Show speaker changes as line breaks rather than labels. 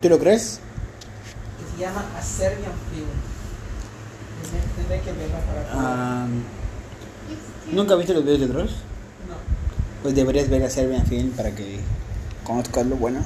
¿Te lo crees?
que se llama A Serbian Film. Tendré- Tendré que verla para
Ah, ¿Nunca viste los videos de Dross?
No.
Pues deberías ver a Serbian Film para que conozcas lo bueno.